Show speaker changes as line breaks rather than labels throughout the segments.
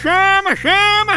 chama, chama!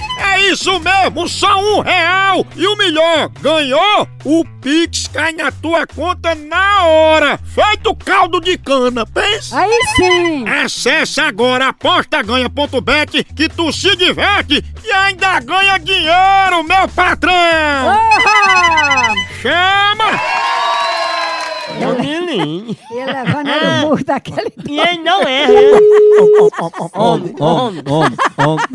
É isso mesmo, só um real! E o melhor, ganhou? O Pix cai na tua conta na hora! Feito caldo de cana, pensa!
Aí sim!
Acesse agora apostaganha.bet que tu se diverte e ainda ganha dinheiro, meu patrão!
Oba!
Chama!
Menino,
E levando o burro daquele
e ele não erra. né? Homem, homem, homem, homem.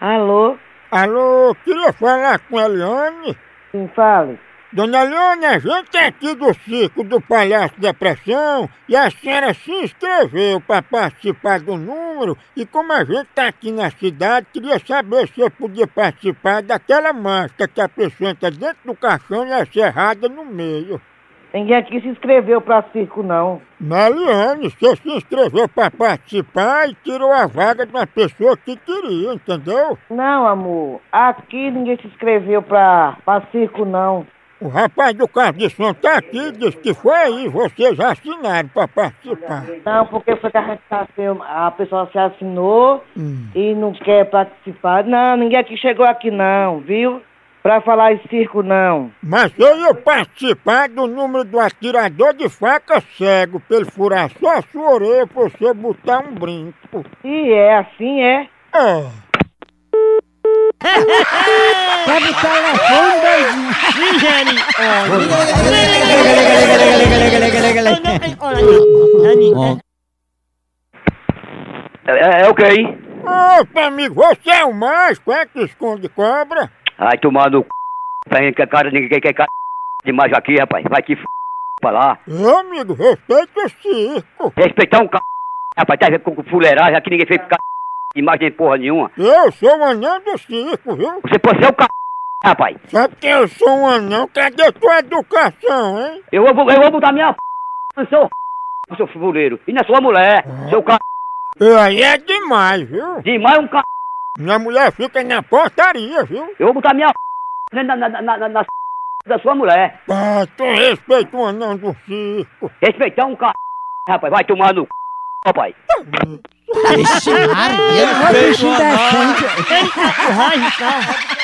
Alô?
Alô, queria falar com a Eliane.
Quem fala?
Dona Leone, a gente é aqui do Circo do Palhaço Depressão e a senhora se inscreveu para participar do número e como a gente está aqui na cidade, queria saber se eu podia participar daquela máscara que a pessoa entra dentro do caixão e é serrada no meio.
Ninguém aqui se inscreveu pra circo, não.
Mariane, você se inscreveu para participar e tirou a vaga de uma pessoa que queria, entendeu?
Não, amor. Aqui ninguém se inscreveu pra, pra circo, não.
O rapaz do carro de som tá aqui, disse que foi aí, vocês assinaram para participar.
Não, porque foi que a gente tá sem- a pessoa se assinou e não quer participar. Não, ninguém aqui chegou aqui, não, viu? Pra falar em circo, não.
Mas eu ia participar do número do atirador de faca cego, pra ele furar só a sua orelha pra você botar um brinco.
E é assim, é?
É.
pega o telefone doidinho.
Nani, olha.
É, é o que aí?
Ah, Opa, amigo, você é o mágico, é que esconde cobra?
Ai, tomando c... pra gente que é cara, ninguém quer cara demais aqui, rapaz. Vai te f... pra lá.
Ô, amigo, respeita o circo.
Respeitar um c... Rapaz, tá vendo com com fuleiragem aqui, ninguém fez c... demais nem porra nenhuma.
Eu sou um anão do circo, viu?
Você pode ser o c... rapaz.
Sabe que eu sou um anão? Cadê tua educação, hein?
Eu vou, eu vou botar minha c... no seu c... seu fuleiro. E na sua mulher. Seu c...
E aí é demais, viu?
demais um c...
Minha mulher fica na portaria, viu?
Eu vou botar minha c... na, na, na, na, na, na c... da sua mulher.
Pá, tu respeita o anão do circo.
Respeitar um c... rapaz. Vai tomar no c... rapaz.
Olha o bichinho decente.
Ele tá com raiva, tá?